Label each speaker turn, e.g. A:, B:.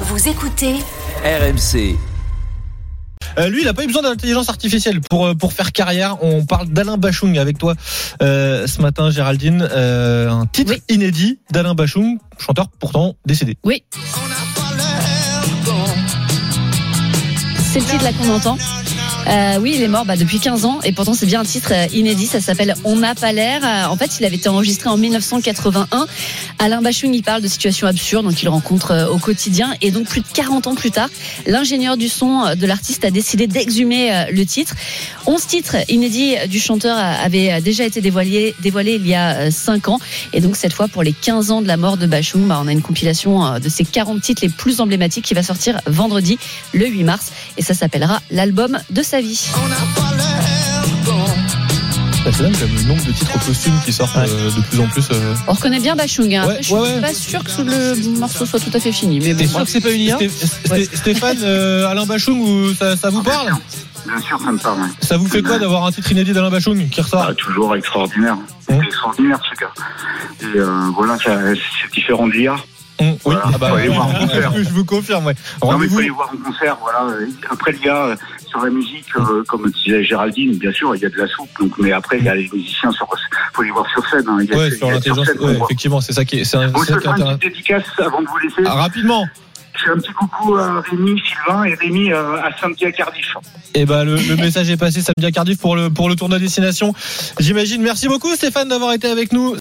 A: Vous écoutez
B: RMC.
C: Euh, lui, il n'a pas eu besoin d'intelligence artificielle pour, euh, pour faire carrière. On parle d'Alain Bachung avec toi euh, ce matin, Géraldine. Euh, un titre
D: Oui.
C: inédit d'Alain Bachung, chanteur pourtant décédé.
D: Oui. C'est le titre là qu'on entend. Euh, oui, il est mort bah, depuis 15 ans et pourtant c'est bien un titre euh, inédit. Ça s'appelle On n'a pas l'air. Euh, En fait, il avait été enregistré en 1981. Alain Bachung il parle de situations absurdes donc il rencontre euh, au quotidien et donc plus de 40 ans plus tard, l'ingénieur du son euh, de l'artiste a décidé d'exhumer euh, le titre. 11 titres inédits du chanteur euh, avaient euh, déjà été dévoilés, dévoilés il y a euh, 5 ans et donc cette fois pour les 15 ans de la mort de Bachung, bah, on a une compilation euh, de ses 40 titres les plus emblématiques qui va sortir vendredi le 8 mars et ça s'appellera l'album de sa vie.
E: Bah, C'est dingue comme le nombre de titres posthumes qui sortent euh, de plus en plus. euh.
D: On reconnaît bien Bachung, hein.
C: Ouais,
D: Après, je suis
C: ouais, ouais.
D: pas sûr que le morceau soit tout à fait fini, mais bon,
C: T'es
D: voilà.
C: que c'est pas une Stéphane, euh, Alain Bachung, ou ça, ça vous parle
F: Bien sûr, ça me parle. ouais.
C: Ça vous fait quoi d'avoir un titre inédit d'Alain Bachung qui ressort
F: Ah, toujours extraordinaire.
C: Hein
F: C'est extraordinaire ce gars. Et euh, voilà, ça- c'est différent de l'IA.
C: Hum, Oui,
F: Voilà.
C: Ah bah,
F: Faut aller
C: oui,
F: voir en concert.
C: je, vous confirme. Ouais.
F: Non, mais il faut
C: Rendez-vous.
F: aller voir en concert. Voilà. Après, l'IA, euh, sur la musique, euh, comme disait Géraldine, bien sûr, il y a de la soupe. Donc, mais après, il y a les musiciens. sur faut les voir sur scène. hein. Il y a-
C: Ouais,
F: il y a
C: sur l'intelligence.
F: scène qu'on
C: ouais,
F: voit.
C: effectivement, c'est ça qui est, c'est un-
F: Bon,
C: c'est ça
F: je vais
C: qui est
F: faire une
C: intéressant.
F: petite dédicace avant de vous laisser.
C: Ah, rapidement.
F: Je fais un petit coucou à Rémi, Sylvain et Rémi euh, à Cynthia Cardiff.
C: Et ben le, le message est passé samedi à Cardiff pour le pour le tournoi destination. J'imagine. Merci beaucoup Stéphane d'avoir été avec nous.